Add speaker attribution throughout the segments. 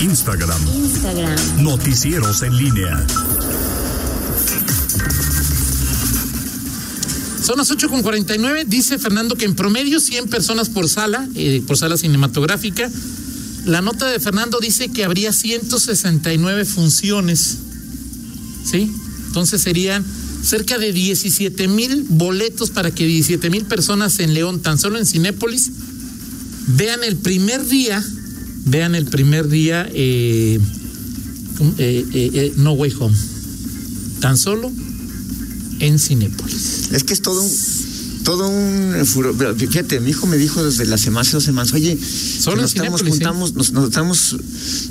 Speaker 1: Instagram,
Speaker 2: Instagram,
Speaker 1: noticieros en línea.
Speaker 3: Son las 8.49, dice Fernando que en promedio 100 personas por sala, eh, por sala cinematográfica. La nota de Fernando dice que habría 169 funciones, ¿sí? Entonces serían cerca de 17 mil boletos para que 17 mil personas en León, tan solo en Cinépolis, vean el primer día, vean el primer día eh, eh, eh, No Way Home, tan solo en Cinépolis.
Speaker 4: Es que es todo un, todo un furor. Pero Fíjate, mi hijo me dijo desde la semana, hace dos semanas, oye, que
Speaker 3: Solo en
Speaker 4: nos estamos
Speaker 3: Cinépolis,
Speaker 4: juntamos, nos, nos estamos,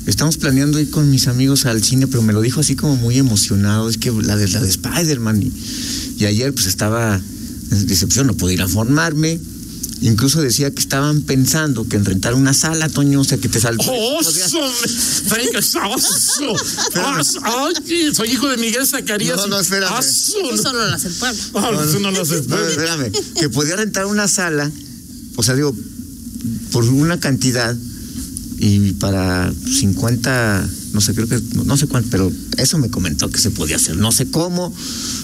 Speaker 4: estamos planeando ir con mis amigos al cine, pero me lo dijo así como muy emocionado, es que la de la de Spider-Man. Y, y ayer pues estaba, dice, pues yo no puedo ir a formarme. Incluso decía que estaban pensando que en rentar una sala, Toño, o sea, que te sal
Speaker 3: ¡Oh,
Speaker 4: podrías-
Speaker 3: ¡Oso! Ay, que es oso. Oso. Ay, soy hijo de Miguel Zacarías.
Speaker 4: No, no, espérame.
Speaker 3: Oso.
Speaker 5: Eso solo lo hace el pueblo.
Speaker 3: Ah, eso no lo hace.
Speaker 4: No, espérame, que podía rentar una sala, o sea, digo, por una cantidad y para 50, no sé, creo que, no, no sé cuánto, pero eso me comentó que se podía hacer, no sé cómo,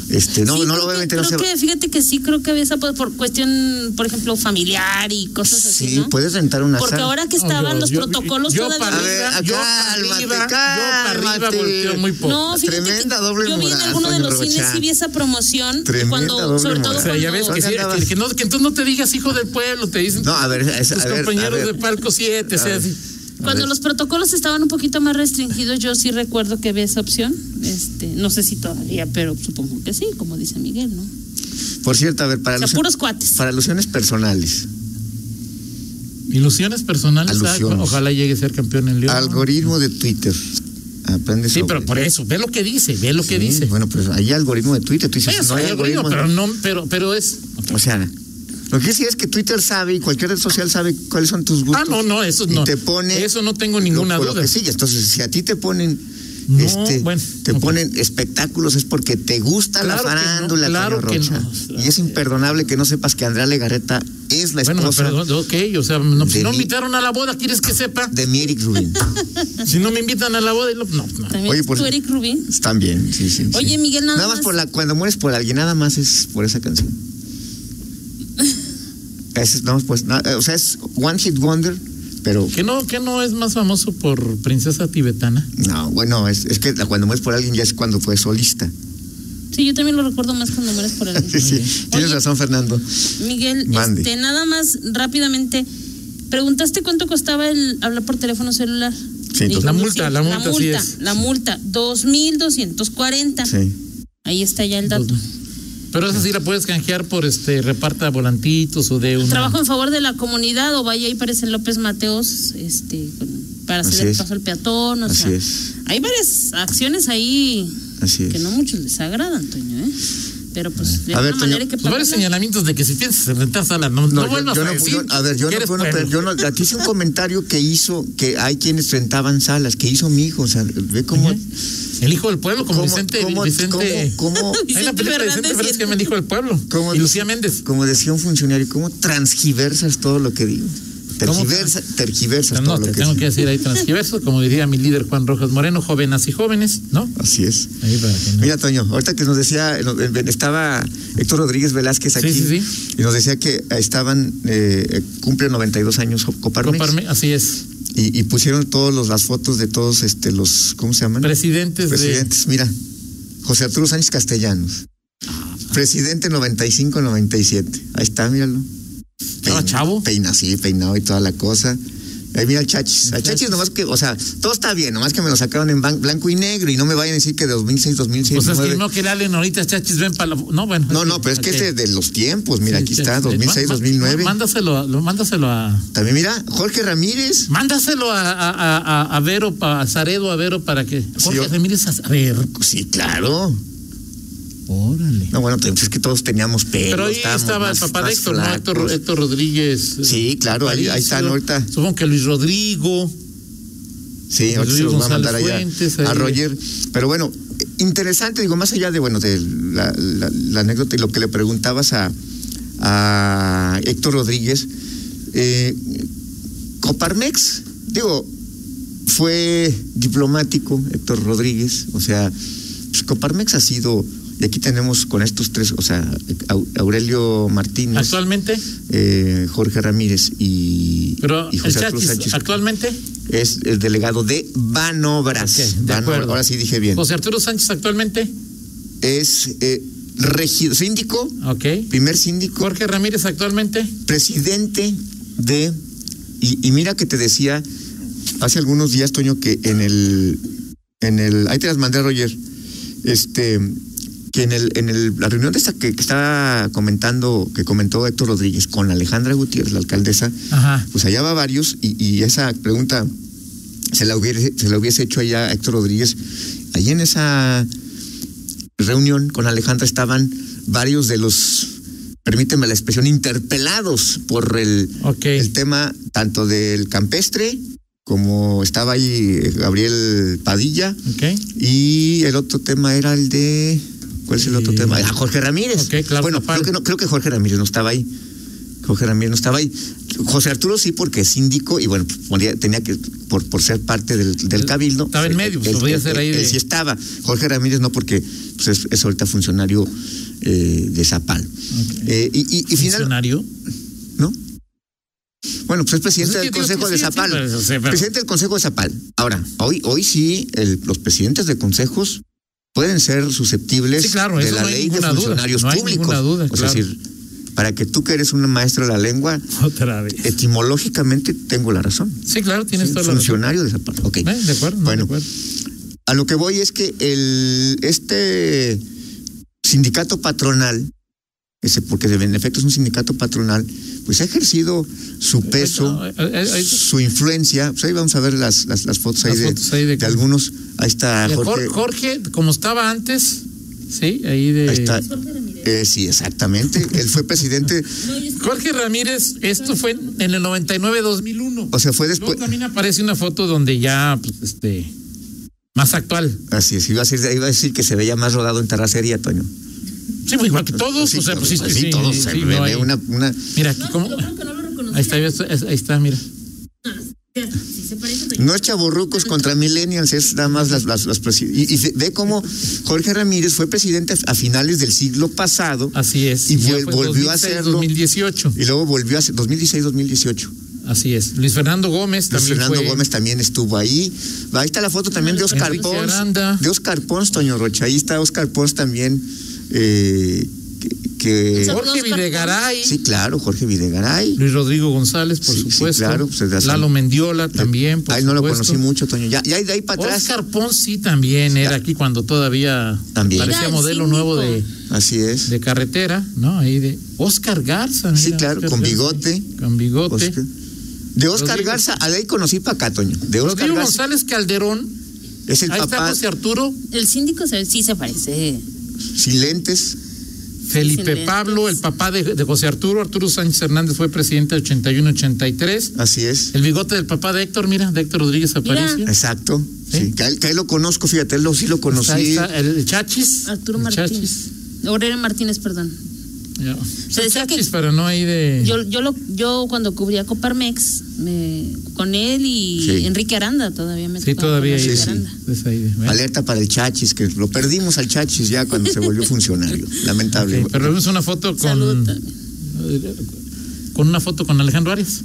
Speaker 4: este, no,
Speaker 5: Sí,
Speaker 4: no
Speaker 5: creo
Speaker 4: lo voy a
Speaker 5: que-
Speaker 4: meter, no sé.
Speaker 5: Creo que, fíjate que sí, creo que había esa por, por cuestión, por ejemplo, familiar y cosas así.
Speaker 4: Sí,
Speaker 5: ¿no?
Speaker 4: puedes rentar una
Speaker 5: Porque
Speaker 4: sala.
Speaker 5: ahora que
Speaker 3: No,
Speaker 5: estaban
Speaker 3: yo-
Speaker 5: los
Speaker 3: yo-
Speaker 5: protocolos
Speaker 3: yo
Speaker 5: todavía.
Speaker 3: para
Speaker 4: A ver,
Speaker 3: arriba, yo para
Speaker 4: cálmate,
Speaker 3: arriba, yo para arriba
Speaker 4: cálmate.
Speaker 3: volteo muy poco.
Speaker 5: No, fíjate
Speaker 4: Tremenda
Speaker 5: que
Speaker 4: doble
Speaker 5: yo vi en
Speaker 4: moral,
Speaker 5: alguno de
Speaker 4: Toño
Speaker 5: los cines
Speaker 4: Rocha.
Speaker 5: sí vi esa promoción
Speaker 4: Tremenda
Speaker 5: cuando
Speaker 4: doble
Speaker 5: sobre todo
Speaker 4: moral.
Speaker 3: O sea, ya ves
Speaker 5: cuando
Speaker 3: que, sí,
Speaker 4: andabas?
Speaker 3: que- que no, que entonces no te digas hijo del pueblo, te dicen
Speaker 4: No, a ver, es-
Speaker 3: tus
Speaker 4: a ver, a
Speaker 3: compañeros
Speaker 4: ver.
Speaker 3: de palco 7, sea
Speaker 4: ver.
Speaker 3: así.
Speaker 5: Cuando
Speaker 4: A ver.
Speaker 5: los protocolos estaban un poquito más restringidos, yo sí recuerdo que había esa opción. Este, no sé si todavía, pero supongo que sí, como dice Miguel, ¿no?
Speaker 4: Por cierto, a ver, para,
Speaker 5: O sea,
Speaker 4: alusión-
Speaker 5: puros cuates.
Speaker 4: para alusiones personales,
Speaker 3: Ilusiones personales. ah,
Speaker 4: Alusiones.
Speaker 3: Ojalá llegue a ser campeón en León.
Speaker 4: algoritmo de Twitter, aprendes
Speaker 3: Sí, pero por eso, ve lo que dice, ve lo que dice.
Speaker 4: Bueno, pero hay algoritmo de Twitter, tú dices,
Speaker 3: Pues,
Speaker 4: no hay
Speaker 3: hay algoritmo,
Speaker 4: algoritmo.
Speaker 3: pero no, pero, pero es.
Speaker 4: O sea, lo que sí es que Twitter sabe y cualquier red social sabe cuáles son tus gustos.
Speaker 3: Ah, no, no, eso
Speaker 4: Y
Speaker 3: no.
Speaker 4: te pone
Speaker 3: Eso no tengo ninguna
Speaker 4: lo- lo
Speaker 3: duda.
Speaker 4: que sigue. Entonces, si a ti te ponen
Speaker 3: No,
Speaker 4: este,
Speaker 3: bueno,
Speaker 4: te
Speaker 3: ok.
Speaker 4: ponen espectáculos es porque te gusta
Speaker 3: Claro
Speaker 4: la
Speaker 3: que no,
Speaker 4: farándula,
Speaker 3: claro
Speaker 4: Toño
Speaker 3: que
Speaker 4: Rocha.
Speaker 3: no.
Speaker 4: Y es imperdonable que no sepas que Andrea Legarreta es la
Speaker 3: Bueno,
Speaker 4: esposa
Speaker 3: pero ok, o sea, no, si
Speaker 4: De
Speaker 3: no
Speaker 4: mí.
Speaker 3: me invitaron a la boda, ¿quieres que sepa?
Speaker 4: de mi Eric Rubin.
Speaker 3: Si no me invitan a la boda, y lo- no, no.
Speaker 5: También
Speaker 4: Oye, por-
Speaker 5: tú, Eric Rubin.
Speaker 4: También, sí, sí. sí.
Speaker 5: Oye, Miguel, nada
Speaker 4: más.
Speaker 5: más-
Speaker 4: por la, cuando mueres por alguien, nada más es por esa canción. Ese es, no, pues, na- eh, o sea, es One Hit Wonder, pero
Speaker 3: ¿Que no, que no es más famoso por princesa tibetana?
Speaker 4: No, bueno, es, es que cuando mueres por alguien ya es cuando fue solista.
Speaker 5: Sí, yo también lo recuerdo más cuando mueres por alguien.
Speaker 4: Sí, sí. Tienes
Speaker 5: Oye,
Speaker 4: razón, Fernando.
Speaker 5: Miguel,
Speaker 4: Mande.
Speaker 5: este, nada más rápidamente. Preguntaste cuánto costaba el hablar por teléfono celular.
Speaker 4: Sí,
Speaker 5: Dijimos,
Speaker 3: la multa, la multa,
Speaker 5: La
Speaker 3: sí
Speaker 5: multa,
Speaker 3: es.
Speaker 5: la multa, 2.240.
Speaker 4: Sí.
Speaker 5: Ahí está ya el dato.
Speaker 3: Pero esa sí la puedes canjear por este reparta volantitos o de un
Speaker 5: Trabajo en favor de la comunidad o vaya ahí parece López Mateos este, con- para
Speaker 4: Así
Speaker 5: hacer el
Speaker 4: es.
Speaker 5: paso al peatón. O
Speaker 4: Así
Speaker 5: sea,
Speaker 4: es.
Speaker 5: Hay varias acciones ahí
Speaker 4: Así
Speaker 5: que
Speaker 4: es.
Speaker 5: no muchos les agradan, Toño. ¿eh? Pero pues de
Speaker 4: A ver,
Speaker 5: alguna manera
Speaker 4: Toño,
Speaker 5: hay que
Speaker 3: Pues varios
Speaker 5: pagarla.
Speaker 3: señalamientos de que si piensas en rentar sala, no, no,
Speaker 4: yo-
Speaker 3: vuelvas
Speaker 4: yo
Speaker 3: a
Speaker 4: no-
Speaker 3: decir.
Speaker 4: yo- a ver, yo
Speaker 3: que
Speaker 4: no,
Speaker 3: eres
Speaker 4: fui una-
Speaker 3: pueblo.
Speaker 4: yo no, a ti hice un comentario que hizo que hay quienes rentaban salas, que hizo mi hijo, o sea, ve cómo
Speaker 3: Ajá. El hijo del pueblo, como
Speaker 4: cómo-
Speaker 3: Vicente.
Speaker 4: cómo-
Speaker 3: Vicente
Speaker 4: cómo- cómo-
Speaker 3: Hay una
Speaker 5: Vicente
Speaker 3: película de Vicente
Speaker 5: Fernández
Speaker 3: Fernández
Speaker 5: y-
Speaker 3: que me dijo el pueblo.
Speaker 4: cómo-
Speaker 3: y Lucía Méndez.
Speaker 4: Como decía un funcionario, cómo transgiversas todo lo que digo. Tergiversa, tergiversas
Speaker 3: No,
Speaker 4: todo
Speaker 3: te
Speaker 4: lo que
Speaker 3: tengo
Speaker 4: digo.
Speaker 3: que decir ahí transgiverso, como diría mi líder Juan Rojas Moreno, jóvenes y jóvenes, ¿no?
Speaker 4: Así es.
Speaker 3: Ahí para que no-
Speaker 4: Mira, Toño, ahorita que nos decía, eh, no, eh, estaba Héctor Rodríguez Velázquez aquí
Speaker 3: sí, sí.
Speaker 4: y nos decía que estaban, eh, eh, cumple 92 años Coparmex,
Speaker 3: Coparme- así es.
Speaker 4: y, y pusieron todas las fotos de todos este, los, ¿cómo se llaman?
Speaker 3: Presidentes,
Speaker 4: Presidentes, mira, José Arturo Sánchez Castellanos,
Speaker 3: Ah.
Speaker 4: presidente 95-97, ahí está, míralo.
Speaker 3: Estaba chavo.
Speaker 4: Peina, sí, peinado y toda la cosa. Ahí mira el Chachis. El Chachis nomás que, o sea, todo está bien, nomás que me lo sacaron en ban- blanco y negro y no me vayan a decir que de 2006,
Speaker 3: de.
Speaker 4: 2007.
Speaker 3: O sea, es que no que le hablen ahorita, chachis, ven para la. No, bueno.
Speaker 4: No, no, pero es que
Speaker 3: ok.
Speaker 4: este de los tiempos, mira, aquí
Speaker 3: Sí,
Speaker 4: está,
Speaker 3: sí, sí.
Speaker 4: 2006,
Speaker 3: Ma- ma-
Speaker 4: 2009.
Speaker 3: Mándaselo, a- lo- mándaselo a.
Speaker 4: También mira, Jorge Ramírez.
Speaker 3: Mándaselo a, a, a- a- a Vero, pa- a Zaredo, a Vero, para que. Jorge
Speaker 4: yo-
Speaker 3: Ramírez, a, a ver.
Speaker 4: Sí, claro.
Speaker 3: Órale.
Speaker 4: No, bueno, pues es que todos teníamos pelo.
Speaker 3: Pero ahí
Speaker 4: estábamos
Speaker 3: estaba el
Speaker 4: más-
Speaker 3: papá
Speaker 4: más
Speaker 3: de Héctor, ¿no? Héctor,
Speaker 4: flacos.
Speaker 3: Héctor Rodríguez. eh,
Speaker 4: Sí, claro, ahí- ahí están
Speaker 3: Aparicio.
Speaker 4: ahorita.
Speaker 3: Supongo que Luis Rodrigo.
Speaker 4: Sí, ahorita
Speaker 3: Luis
Speaker 4: se los va a
Speaker 3: González
Speaker 4: mandar allá
Speaker 3: Fuentes,
Speaker 4: a
Speaker 3: ahí.
Speaker 4: Roger. Pero bueno, eh, interesante, digo, más allá de bueno, de la, la- la anécdota y lo que le preguntabas a, a Héctor Rodríguez, eh, Coparmex, digo, fue diplomático Héctor Rodríguez, o sea, pues Coparmex ha sido, y aquí tenemos con estos tres, o sea, Au- Aurelio Martínez,
Speaker 3: Actualmente,
Speaker 4: eh, Jorge Ramírez y,
Speaker 3: pero
Speaker 4: y
Speaker 3: el
Speaker 4: José Arturo
Speaker 3: Chachis,
Speaker 4: Sánchez
Speaker 3: actualmente,
Speaker 4: es el delegado de Banobras.
Speaker 3: Ok, de
Speaker 4: Banobras,
Speaker 3: acuerdo.
Speaker 4: ahora sí dije bien.
Speaker 3: José Arturo Sánchez actualmente,
Speaker 4: es eh, regid- síndico,
Speaker 3: ok.
Speaker 4: primer síndico,
Speaker 3: Jorge Ramírez actualmente,
Speaker 4: presidente de. Y, y mira que te decía hace algunos días, Toño, que en el. En el ahí te las mandé, Roger. Este. Que en, el, en el, la reunión de esta que, que estaba comentando, que comentó Héctor Rodríguez con Alejandra Gutiérrez, la alcaldesa,
Speaker 3: ajá,
Speaker 4: pues allá va varios y, y esa pregunta se la, hubiese, se la hubiese hecho allá a Héctor Rodríguez. Allí en esa reunión con Alejandra estaban varios de los, permíteme la expresión, interpelados por el,
Speaker 3: ok.
Speaker 4: el tema tanto del campestre como estaba ahí eh, Gabriel Padilla
Speaker 3: Ok,
Speaker 4: y el otro tema era el de... ¿Cuál es el otro
Speaker 3: Eh,
Speaker 4: tema? Ah, Jorge Ramírez.
Speaker 3: ok, claro,
Speaker 4: bueno,
Speaker 3: papá.
Speaker 4: creo que, no, creo que Jorge Ramírez no estaba ahí. Jorge Ramírez no estaba ahí. José Arturo sí, porque es síndico y bueno, ponía- tenía que, por, por ser parte del, del
Speaker 3: Él
Speaker 4: cabildo.
Speaker 3: Eh, estaba en
Speaker 4: él-
Speaker 3: medio, pues,
Speaker 4: él-
Speaker 3: podía
Speaker 4: él-
Speaker 3: ser ahí
Speaker 4: él
Speaker 3: de-
Speaker 4: sí estaba. Jorge Ramírez no, porque pues, es, es ahorita funcionario eh, de Zapal. Eh, y, y, y final,
Speaker 3: funcionario.
Speaker 4: ¿no? Bueno, pues es presidente
Speaker 3: Pues es
Speaker 4: del
Speaker 3: que digo
Speaker 4: Consejo
Speaker 3: que
Speaker 4: de
Speaker 3: sí, sí,
Speaker 4: Zapal.
Speaker 3: pero- sí, pero-
Speaker 4: Presidente del Consejo de Zapal. Ahora, hoy, hoy sí, el- los presidentes de consejos pueden ser susceptibles
Speaker 3: Sí, claro,
Speaker 4: de
Speaker 3: eso
Speaker 4: la
Speaker 3: no hay
Speaker 4: ley de
Speaker 3: ninguna duda,
Speaker 4: funcionarios
Speaker 3: no hay
Speaker 4: públicos.
Speaker 3: ninguna duda,
Speaker 4: o sea,
Speaker 3: claro.
Speaker 4: es decir, para que tú que eres una maestra de la lengua,
Speaker 3: Otra vez.
Speaker 4: etimológicamente tengo la razón.
Speaker 3: Sí, claro, tienes
Speaker 4: Sí,
Speaker 3: toda la razón.
Speaker 4: funcionario de Zapal. Ok.
Speaker 3: Eh, De acuerdo, no,
Speaker 4: Bueno,
Speaker 3: de acuerdo.
Speaker 4: a lo que voy es que el este sindicato patronal, ese porque en efecto es un sindicato patronal, pues ha ejercido su peso,
Speaker 3: Eh, eh, eh, eh,
Speaker 4: su influencia. Pues ahí vamos a ver las, las, las fotos,
Speaker 3: Las
Speaker 4: ahí, de,
Speaker 3: fotos ahí de-
Speaker 4: de algunos. Ahí está
Speaker 3: Jorge,
Speaker 4: Ah, Jorge.
Speaker 3: Jorge, como estaba antes, sí, ahí de.
Speaker 4: ahí está. Eh, sí, exactamente. Él fue presidente,
Speaker 3: Jorge Ramírez, esto fue en el 99-2001.
Speaker 4: o sea, pues, fue después.
Speaker 3: Luego también aparece una foto donde ya, pues, este, más actual.
Speaker 4: Así es, iba a decir, iba a decir que se veía más rodado en terracería, Toño.
Speaker 3: Sí, pues, igual que todos,
Speaker 4: Sí,
Speaker 3: o sea, pues sí,
Speaker 4: pues
Speaker 3: sí,
Speaker 4: sí, todos.
Speaker 3: sí,
Speaker 4: se
Speaker 3: sí,
Speaker 4: ve-
Speaker 3: no
Speaker 4: ve
Speaker 3: hay-
Speaker 4: una- una,
Speaker 3: Mira, aquí cómo. Ahí está, ahí está, ahí está, mira.
Speaker 4: No es chaborrucos contra millennials, es nada más las, las, las presi- Y, y ve- ve cómo Jorge Ramírez fue presidente a finales del siglo pasado
Speaker 3: Así es.
Speaker 4: Y
Speaker 3: ya
Speaker 4: vuel-
Speaker 3: fue
Speaker 4: volvió
Speaker 3: 2006,
Speaker 4: a hacerlo.
Speaker 3: 2018.
Speaker 4: y luego volvió a ser 2016-2018.
Speaker 3: Así es. Luis Fernando Gómez
Speaker 4: Luis
Speaker 3: también.
Speaker 4: Fernando
Speaker 3: fue-
Speaker 4: Gómez también estuvo ahí. Ahí está la foto también de Oscar
Speaker 3: Enrique
Speaker 4: Pons.
Speaker 3: Aranda.
Speaker 4: De Oscar Pons, Toño Rocha. Ahí está Oscar Pons también. eh, que, que-
Speaker 5: Saludos,
Speaker 3: Jorge
Speaker 5: Oscar
Speaker 3: Videgaray.
Speaker 4: Sí, claro, Jorge Videgaray.
Speaker 3: Luis Rodrigo González, por
Speaker 4: Sí, sí,
Speaker 3: supuesto.
Speaker 4: claro, pues, desde hace-
Speaker 3: Lalo Mendiola también. Por
Speaker 4: Ahí no lo
Speaker 3: supuesto.
Speaker 4: conocí mucho, Toño. Ya, ya de ahí para atrás.
Speaker 3: Oscar Pons sí también era aquí cuando todavía
Speaker 4: También.
Speaker 3: parecía
Speaker 5: Era el
Speaker 3: modelo
Speaker 5: cínico.
Speaker 3: nuevo de,
Speaker 4: Así es.
Speaker 3: de carretera, ¿no? Ahí de Oscar Garza.
Speaker 4: Sí, claro,
Speaker 3: Oscar
Speaker 4: con
Speaker 3: Garza,
Speaker 4: bigote.
Speaker 3: sí, Con bigote.
Speaker 4: Oscar- De Oscar
Speaker 3: Rodrigo.
Speaker 4: Garza, a de ahí conocí para acá, Toño. De Oscar
Speaker 3: Rodrigo
Speaker 4: Garza.
Speaker 3: González Calderón.
Speaker 4: Es el
Speaker 3: Ahí está
Speaker 4: papá
Speaker 3: José Arturo,
Speaker 5: El síndico se- sí se parece.
Speaker 4: sin lentes.
Speaker 3: Felipe
Speaker 5: Excelente.
Speaker 3: Pablo, el papá de, de José Arturo. Arturo Sánchez Hernández fue presidente de 81-83.
Speaker 4: Así es.
Speaker 3: El bigote del papá de Héctor, mira, de Héctor Rodríguez Aparicio.
Speaker 4: Exacto. Sí. Que, a él, que a él lo conozco, fíjate, él lo, sí lo conocí.
Speaker 3: Pues Ahí está el Chachis.
Speaker 5: Arturo
Speaker 3: el
Speaker 5: Martínez.
Speaker 3: Chachis.
Speaker 5: Aurelio Martínez, perdón.
Speaker 3: Ya.
Speaker 5: Se decía
Speaker 3: Chachis,
Speaker 5: que-
Speaker 3: pero no hay de.
Speaker 5: Yo, yo, lo, yo cuando cubría Coparmex, me- con él y
Speaker 4: Sí.
Speaker 5: Enrique Aranda todavía me
Speaker 3: sí,
Speaker 5: tocaba
Speaker 3: todavía
Speaker 5: con
Speaker 3: hay.
Speaker 5: Enrique
Speaker 4: sí.
Speaker 5: Aranda.
Speaker 3: Es ahí de- bueno.
Speaker 4: Alerta para el Chachis, que lo perdimos al Chachis ya cuando se volvió funcionario. Lamentable.
Speaker 3: Ok, pero vemos una foto
Speaker 5: Saludo
Speaker 3: con.
Speaker 5: también.
Speaker 3: Con una foto con Alejandro Arias.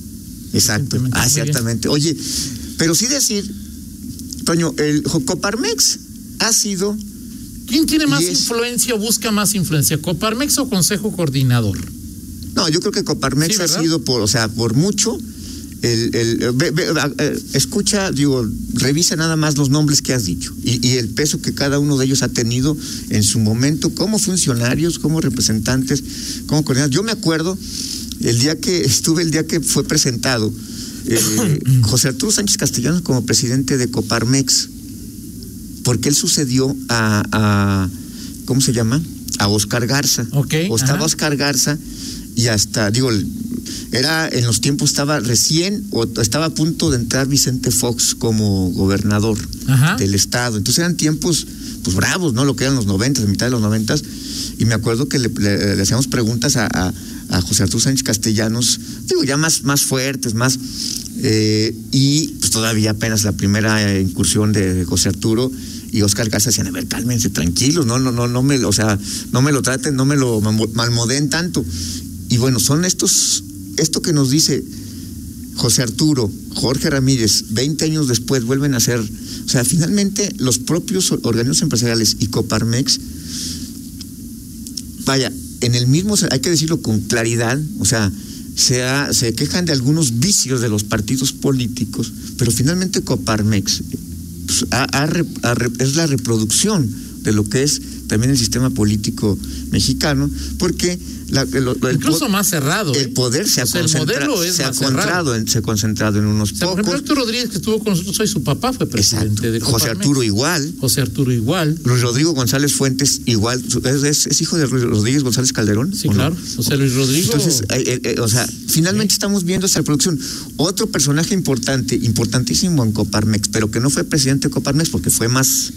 Speaker 4: Exacto.
Speaker 3: Simplemente,
Speaker 4: Ah,
Speaker 3: muy bien.
Speaker 4: exactamente. Oye, pero sí decir, Toño, el Jocoparmex ha sido
Speaker 3: ¿Quién tiene más
Speaker 4: Yes.
Speaker 3: influencia o busca más influencia? ¿Coparmex o Consejo Coordinador?
Speaker 4: No, yo creo que Coparmex
Speaker 3: Sí,
Speaker 4: ha
Speaker 3: ¿verdad?
Speaker 4: sido por, o sea, por mucho. El, el- ve- ve- a- eh, escucha, digo, revisa nada más los nombres que has dicho y, y el peso que cada uno de ellos ha tenido en su momento como funcionarios, como representantes, como coordinadores. Yo me acuerdo el día que estuve, el día que fue presentado eh, José Arturo Sánchez Castellanos como presidente de Coparmex, porque él sucedió a, a- ¿cómo se llama? A Oscar Garza.
Speaker 3: Ok,
Speaker 4: O estaba
Speaker 3: ajá.
Speaker 4: Oscar Garza y hasta, digo, el- era en los tiempos estaba recién o t- estaba a punto de entrar Vicente Fox como gobernador
Speaker 3: Ajá.
Speaker 4: del estado. Entonces eran tiempos pues bravos, ¿no? Lo que eran los noventas, mitad de los noventas. Y me acuerdo que le, le- le hacíamos preguntas a, a- a José Arturo Sánchez Castellanos, digo, ya más, más fuertes, más. eh, y pues todavía apenas la primera eh, incursión de, de José Arturo y Oscar Casas decían, a ver, cálmense, tranquilos, no, no, no, no me, o sea, no me lo traten, no me lo mamo- malmodeen tanto. Y bueno, son estos, esto que nos dice José Arturo, Jorge Ramírez, 20 años después vuelven a ser, o sea, finalmente los propios or- organismos empresariales y Coparmex, vaya, en el mismo, se- hay que decirlo con claridad, o sea, se, ha- se quejan de algunos vicios de los partidos políticos, pero finalmente Coparmex pues, ha- ha re- ha re- es la reproducción de lo que es también el sistema político mexicano, porque la- lo- lo- el
Speaker 3: Incluso
Speaker 4: po-
Speaker 3: más cerrado.
Speaker 4: el
Speaker 3: ¿eh?
Speaker 4: poder se ha,
Speaker 3: O sea, el
Speaker 4: concentra-
Speaker 3: modelo es
Speaker 4: se ha
Speaker 3: más cerrado.
Speaker 4: concentrado en, se ha concentrado en unos
Speaker 3: O sea, por ejemplo,
Speaker 4: pocos.
Speaker 3: Héctor Rodríguez, que estuvo con nosotros hoy, su papá fue presidente
Speaker 4: Exacto.
Speaker 3: de
Speaker 4: José
Speaker 3: Coparmex.
Speaker 4: Arturo igual.
Speaker 3: José Arturo igual.
Speaker 4: Luis Rodrigo González Fuentes igual. Su- ¿Es, es- es hijo de Luis Rodríguez González Calderón?
Speaker 3: Sí,
Speaker 4: ¿o no?
Speaker 3: claro. José Luis Rodrigo.
Speaker 4: Entonces, eh, eh, eh, o sea, finalmente estamos viendo esta producción. Otro personaje importante, importantísimo en Coparmex, pero que no fue presidente de Coparmex porque fue más,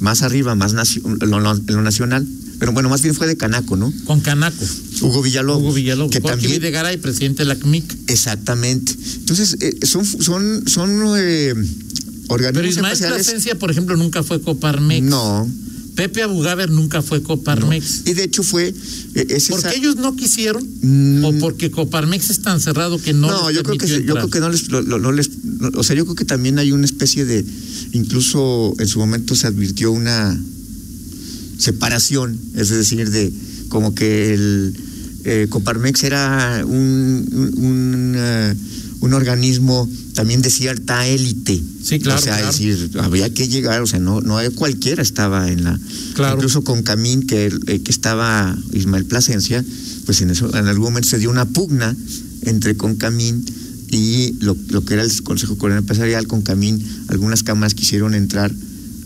Speaker 4: más arriba, más nacio- lo, lo- lo nacional. Pero bueno, más bien fue de Canaco, ¿no?
Speaker 3: con Canaco.
Speaker 4: Hugo Villalobos.
Speaker 3: Hugo Villalobos.
Speaker 4: Pues, Que
Speaker 3: Jorge
Speaker 4: también,
Speaker 3: Videgaray, presidente de la CMIC.
Speaker 4: Exactamente. Entonces, eh, son, son, son eh,
Speaker 3: Pero
Speaker 4: organismos
Speaker 3: Ismael
Speaker 4: empresariales.
Speaker 3: Plasencia, por ejemplo, nunca fue Coparmex.
Speaker 4: No.
Speaker 3: Pepe Abugaber nunca fue Coparmex.
Speaker 4: Y de hecho fue. eh, es
Speaker 3: ¿Por
Speaker 4: esa-
Speaker 3: qué ellos no quisieron?
Speaker 4: Mm.
Speaker 3: ¿O porque Coparmex es tan cerrado que no
Speaker 4: No,
Speaker 3: les
Speaker 4: yo creo que
Speaker 3: permitió
Speaker 4: sí, yo creo
Speaker 3: entrar?
Speaker 4: que no les, lo- lo- no les- no- o sea, yo creo que también hay una especie de, incluso en su momento se advirtió una separación, es decir, de como que el eh, Coparmex era un un, un, eh, un organismo también de cierta élite.
Speaker 3: Sí, claro,
Speaker 4: O sea,
Speaker 3: claro.
Speaker 4: es decir, había que llegar, o sea, no, no eh, cualquiera estaba en la,
Speaker 3: Claro.
Speaker 4: incluso con Camín, que, eh, que estaba Ismael Plasencia, pues en, eso, en algún momento se dio una pugna entre Concamín y lo, lo que era el Consejo Coronel Empresarial. Concamín, algunas cámaras quisieron entrar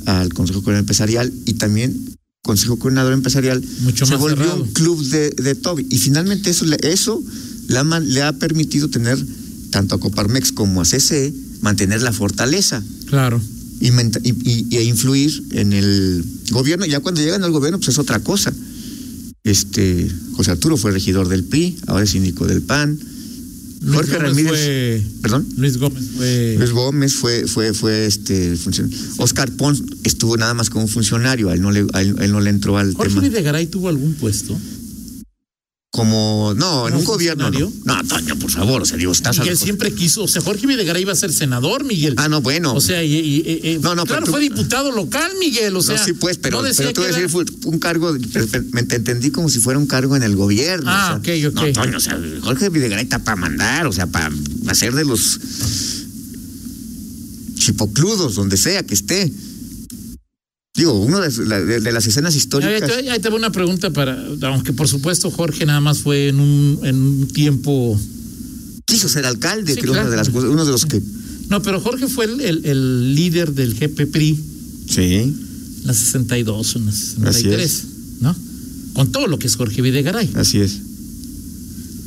Speaker 4: al Consejo Coronel Empresarial y también Consejo Coordinador Empresarial
Speaker 3: Mucho
Speaker 4: se
Speaker 3: más
Speaker 4: volvió
Speaker 3: cerrado.
Speaker 4: un club de, de Toby. Y finalmente eso, le- eso le, ha, man- le ha permitido tener tanto a Coparmex como a CCE mantener la fortaleza
Speaker 3: Claro.
Speaker 4: y, menta- y- y- e influir en el gobierno. Ya cuando llegan al gobierno, pues es otra cosa. Este, José Arturo fue regidor del PRI, ahora es síndico del PAN.
Speaker 3: Luis
Speaker 4: Jorge
Speaker 3: Gómez
Speaker 4: Ramírez.
Speaker 3: fue-
Speaker 4: Perdón.
Speaker 3: Luis Gómez fue.
Speaker 4: Luis Gómez fue, fue, fue este funcionario. Oscar Pons estuvo nada más como funcionario, a él no le, a él, a él no le entró al
Speaker 3: Jorge
Speaker 4: tema.
Speaker 3: Videgaray tuvo algún puesto.
Speaker 4: Como, no, en
Speaker 3: ¿Como
Speaker 4: un gobierno. No.
Speaker 3: funcionario?
Speaker 4: no, Toño, por favor, o sea, digo, estás a
Speaker 3: Miguel
Speaker 4: los-
Speaker 3: siempre quiso. O sea, Jorge Videgaray iba a ser senador, Miguel.
Speaker 4: Ah, no, bueno.
Speaker 3: O sea, y, y- y- y-
Speaker 4: No, no,
Speaker 3: claro,
Speaker 4: pero tú-
Speaker 3: fue diputado local, Miguel. O sea,
Speaker 4: no, sí, pues, pero,
Speaker 3: no decía
Speaker 4: pero tú
Speaker 3: que era-
Speaker 4: decir fue un cargo, pero- pero me te entendí como si fuera un cargo en el gobierno.
Speaker 3: Ah,
Speaker 4: o sea,
Speaker 3: ok, ok.
Speaker 4: No, Toño, o sea, Jorge Videgaray está para mandar, o sea, para hacer de los chipocludos, donde sea que esté. Digo, una de, la- de- de las escenas
Speaker 3: A ver,
Speaker 4: históricas.
Speaker 3: ahí te- ahí te va una pregunta para, aunque por supuesto Jorge nada más fue en un, en un tiempo.
Speaker 4: Quiso ser alcalde,
Speaker 3: Sí,
Speaker 4: creo, una de
Speaker 3: claro.
Speaker 4: las cosas, uno de los que.
Speaker 3: No, pero Jorge fue el, el- el líder del GPPRI,
Speaker 4: Sí,
Speaker 3: la 62, una 63,
Speaker 4: Así
Speaker 3: ¿no? Con todo lo que es Jorge Videgaray.
Speaker 4: así es.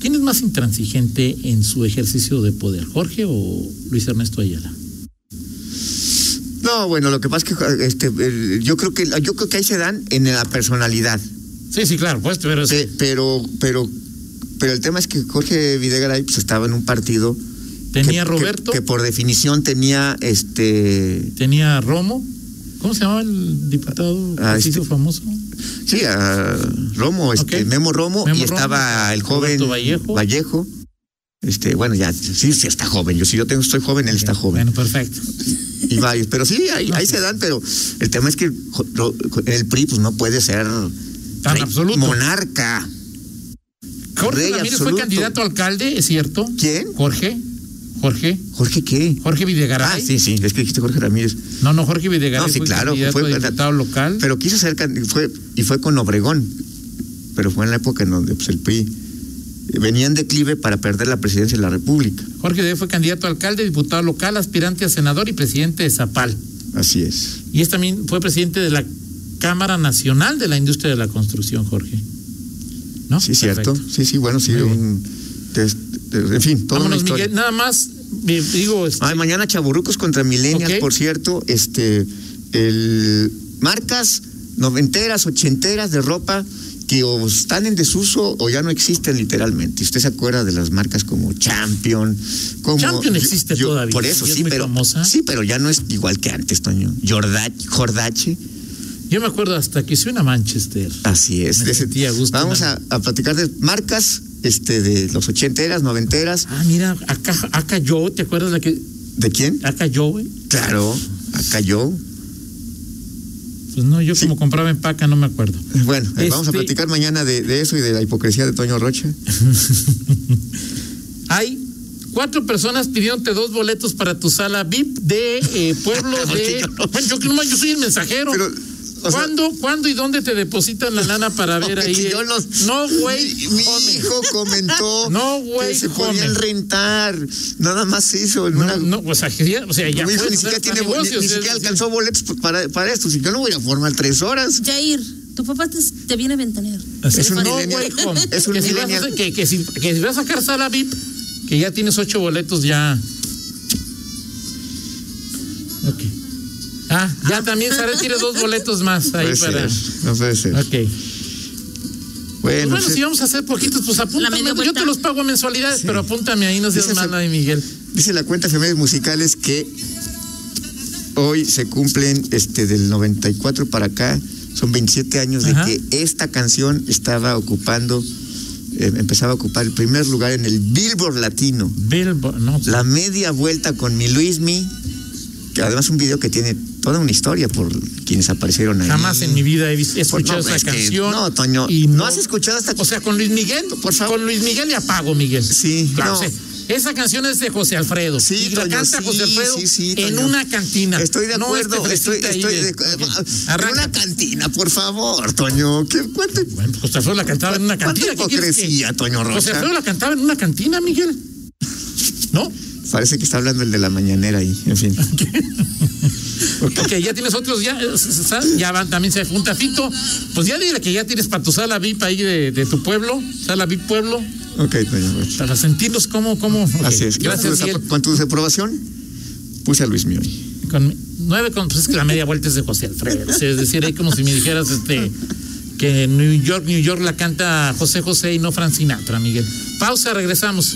Speaker 3: ¿Quién es más intransigente en su ejercicio de poder, Jorge o Luis Ernesto Ayala?
Speaker 4: No, bueno, lo que pasa es que este, el- yo creo que yo creo que ahí se dan en la personalidad.
Speaker 3: Sí, sí, claro, pues, pero
Speaker 4: Pe- pero, pero, pero el tema es que Jorge Videgaray pues, estaba en un partido
Speaker 3: tenía
Speaker 4: que,
Speaker 3: Roberto,
Speaker 4: que, que por definición tenía este
Speaker 3: tenía Romo. ¿Cómo se llamaba el diputado
Speaker 4: Ah,
Speaker 3: que se hizo
Speaker 4: este-
Speaker 3: famoso?
Speaker 4: sí a Romo, este
Speaker 3: Ok.
Speaker 4: Memo Romo
Speaker 3: Memo
Speaker 4: y
Speaker 3: Romo,
Speaker 4: estaba el joven
Speaker 3: Roberto Vallejo.
Speaker 4: este, bueno, ya, sí, sí está joven. Yo sí, yo tengo, estoy joven, él está joven.
Speaker 3: Bueno, perfecto.
Speaker 4: Y varios. Pero sí, ahí, ahí se dan, pero el tema es que jo- ro- el PRI pues no puede ser
Speaker 3: Tan
Speaker 4: rey-
Speaker 3: absoluto.
Speaker 4: monarca.
Speaker 3: Jorge
Speaker 4: Rey
Speaker 3: Ramírez
Speaker 4: absoluto.
Speaker 3: fue candidato a alcalde, ¿es cierto?
Speaker 4: ¿Quién?
Speaker 3: Jorge, Jorge,
Speaker 4: ¿Jorge qué?
Speaker 3: Jorge
Speaker 4: Ah,
Speaker 3: Videgaray.
Speaker 4: sí, sí, es que dijiste Jorge Ramírez.
Speaker 3: No, no, Jorge Videgaray
Speaker 4: No, sí,
Speaker 3: fue
Speaker 4: claro,
Speaker 3: candidato
Speaker 4: fue
Speaker 3: a diputado local.
Speaker 4: Pero quiso ser can- fue y fue con Obregón, pero fue en la época en donde pues, el PRI venía en declive para perder la presidencia de la República.
Speaker 3: Jorge Videgaray fue candidato a alcalde, diputado local, aspirante a senador y presidente de Zapal.
Speaker 4: Así es.
Speaker 3: Y es también fue presidente de la Cámara Nacional de la Industria de la Construcción, Jorge. ¿No?
Speaker 4: Sí, cierto.
Speaker 3: Ah, Perfecto.
Speaker 4: Sí, sí, bueno, sí.
Speaker 3: Muy bien.
Speaker 4: un- des- de- en fin, toda una
Speaker 3: Vámonos,
Speaker 4: historia. Ah.
Speaker 3: Miguel, nada más eh, digo este,
Speaker 4: Ay, mañana Chaburrucos contra Millennials,
Speaker 3: Ok.
Speaker 4: por cierto, este el marcas noventeras, ochenteras de ropa que que o están en desuso o ya no existen literalmente. Usted se acuerda de las marcas como Champion, como
Speaker 3: Champion existe todavía,
Speaker 4: Por eso
Speaker 3: y es
Speaker 4: sí,
Speaker 3: muy
Speaker 4: pero
Speaker 3: famosa.
Speaker 4: sí, pero ya no es igual que antes, Toño. Jordache, Jordache,
Speaker 3: Yo me acuerdo hasta que hice una Manchester.
Speaker 4: así es.
Speaker 3: Me
Speaker 4: de ese-
Speaker 3: sentí a gusto,
Speaker 4: Vamos
Speaker 3: ¿no?
Speaker 4: a, a platicar de marcas este de los ochenteras, noventeras.
Speaker 3: Ah, mira, acá, acá yo, ¿te acuerdas la que
Speaker 4: ¿De quién?
Speaker 3: acá yo, güey?
Speaker 4: Claro, acá yo.
Speaker 3: Pues no, yo
Speaker 4: Sí.
Speaker 3: como compraba en paca no me acuerdo.
Speaker 4: Bueno, eh, vamos a
Speaker 3: Este-
Speaker 4: platicar mañana de, de eso y de la hipocresía de Toño Rocha.
Speaker 3: Hay cuatro personas pidiéndote dos boletos para tu sala VIP de eh, pueblo
Speaker 4: Porque
Speaker 3: de.
Speaker 4: yo no-
Speaker 3: Bueno, yo, que no, yo soy el mensajero.
Speaker 4: Pero, o sea-
Speaker 3: ¿Cuándo, ¿Cuándo y dónde te depositan la lana para ver
Speaker 4: Porque
Speaker 3: ahí?
Speaker 4: yo
Speaker 3: el-
Speaker 4: los-
Speaker 3: No, güey.
Speaker 4: Mi, mi
Speaker 3: homie.
Speaker 4: hijo comentó
Speaker 3: No, güey,
Speaker 4: que se
Speaker 3: joven.
Speaker 4: podían rentar. Nada más eso. en una-
Speaker 3: No, no, o sea, que ya, o sea, ya
Speaker 4: mi hijo
Speaker 3: puedes
Speaker 4: ni
Speaker 3: hacer
Speaker 4: siquiera, tiene,
Speaker 3: negocios,
Speaker 4: ni- ni
Speaker 3: es
Speaker 4: siquiera
Speaker 3: decir,
Speaker 4: alcanzó boletos para, para esto. Si yo no voy a formar tres horas.
Speaker 5: Jair, tu papá te, te viene a ventanear.
Speaker 3: Así
Speaker 4: Es
Speaker 3: no,
Speaker 4: un millennial.
Speaker 3: güey, hijo.
Speaker 4: Es un
Speaker 3: que si vas a-
Speaker 4: millennial.
Speaker 3: que, que si, que si vas a sacar sala VIP, que ya tienes ocho boletos ya. Ok. Ah, ya también Sara tiene dos boletos más ahí
Speaker 4: Puede
Speaker 3: para.
Speaker 4: ser, no puede ser.
Speaker 3: Ok. Pues
Speaker 4: Bueno,
Speaker 3: bueno,
Speaker 4: sí.
Speaker 3: si vamos a hacer poquitos, pues apúntame.
Speaker 5: media
Speaker 3: Yo
Speaker 5: vuelta.
Speaker 3: te los pago a mensualidades, pero apúntame ahí, no seas
Speaker 4: Dice Fer-
Speaker 3: mala, de Miguel.
Speaker 4: dice la cuenta Femeninas Musicales que hoy se cumplen este del 94 para acá. Son 27 años
Speaker 3: Ajá.
Speaker 4: de que esta canción estaba ocupando, eh, empezaba a ocupar el primer lugar en el Billboard Latino.
Speaker 3: Billboard, no.
Speaker 4: La media vuelta con mi Luismi, que además es un video que tiene toda una historia por quienes aparecieron ahí.
Speaker 3: Jamás en mi vida he, vis- he
Speaker 4: Pues no,
Speaker 3: escuchado esa
Speaker 4: es que-
Speaker 3: canción.
Speaker 4: no, Toño, ¿no has escuchado esta-
Speaker 3: O sea, con Luis Miguel,
Speaker 4: Por favor.
Speaker 3: Con Luis Miguel le apago, Miguel.
Speaker 4: Sí,
Speaker 3: claro.
Speaker 4: no.
Speaker 3: o sea, esa canción es de José Alfredo.
Speaker 4: Sí,
Speaker 3: y la
Speaker 4: Toño,
Speaker 3: canta
Speaker 4: sí,
Speaker 3: José Alfredo
Speaker 4: sí, sí,
Speaker 3: en
Speaker 4: Toño.
Speaker 3: una cantina.
Speaker 4: Estoy de
Speaker 3: No
Speaker 4: acuerdo,
Speaker 3: este
Speaker 4: estoy,
Speaker 3: fresita ahí
Speaker 4: estoy de,
Speaker 3: de-
Speaker 4: en
Speaker 3: Arranca.
Speaker 4: una cantina, por favor, Toño. ¿Qué, cuánto-
Speaker 3: Bueno, pues José Alfredo la cantaba en una
Speaker 4: ¿Cuánta
Speaker 3: cantina. ¿qué quieres que-
Speaker 4: hipocresía, Toño Rocha?
Speaker 3: José Alfredo la cantaba en una cantina, Miguel. ¿No?
Speaker 4: Parece que está hablando el de la mañanera ahí, en fin.
Speaker 3: Ok, ya tienes otros, ya, eh, s- s- ya van, también se junta Fito. Pues ya dile que ya tienes para tu sala VIP ahí de, de tu pueblo, sala VIP pueblo,
Speaker 4: Ok, Toño Rocha.
Speaker 3: para sentirnos como, como. ok.
Speaker 4: Así es.
Speaker 3: Gracias,
Speaker 4: Con tu
Speaker 3: Miguel.
Speaker 4: desapro- con tu desaprobación, puse a Luis Mioy.
Speaker 3: Con nueve, con, pues es que la media vuelta es de José Alfredo. O sea, es decir, ahí como si me dijeras este que New York, New York la canta José José y no Frank Sinatra, Miguel. Pausa, regresamos.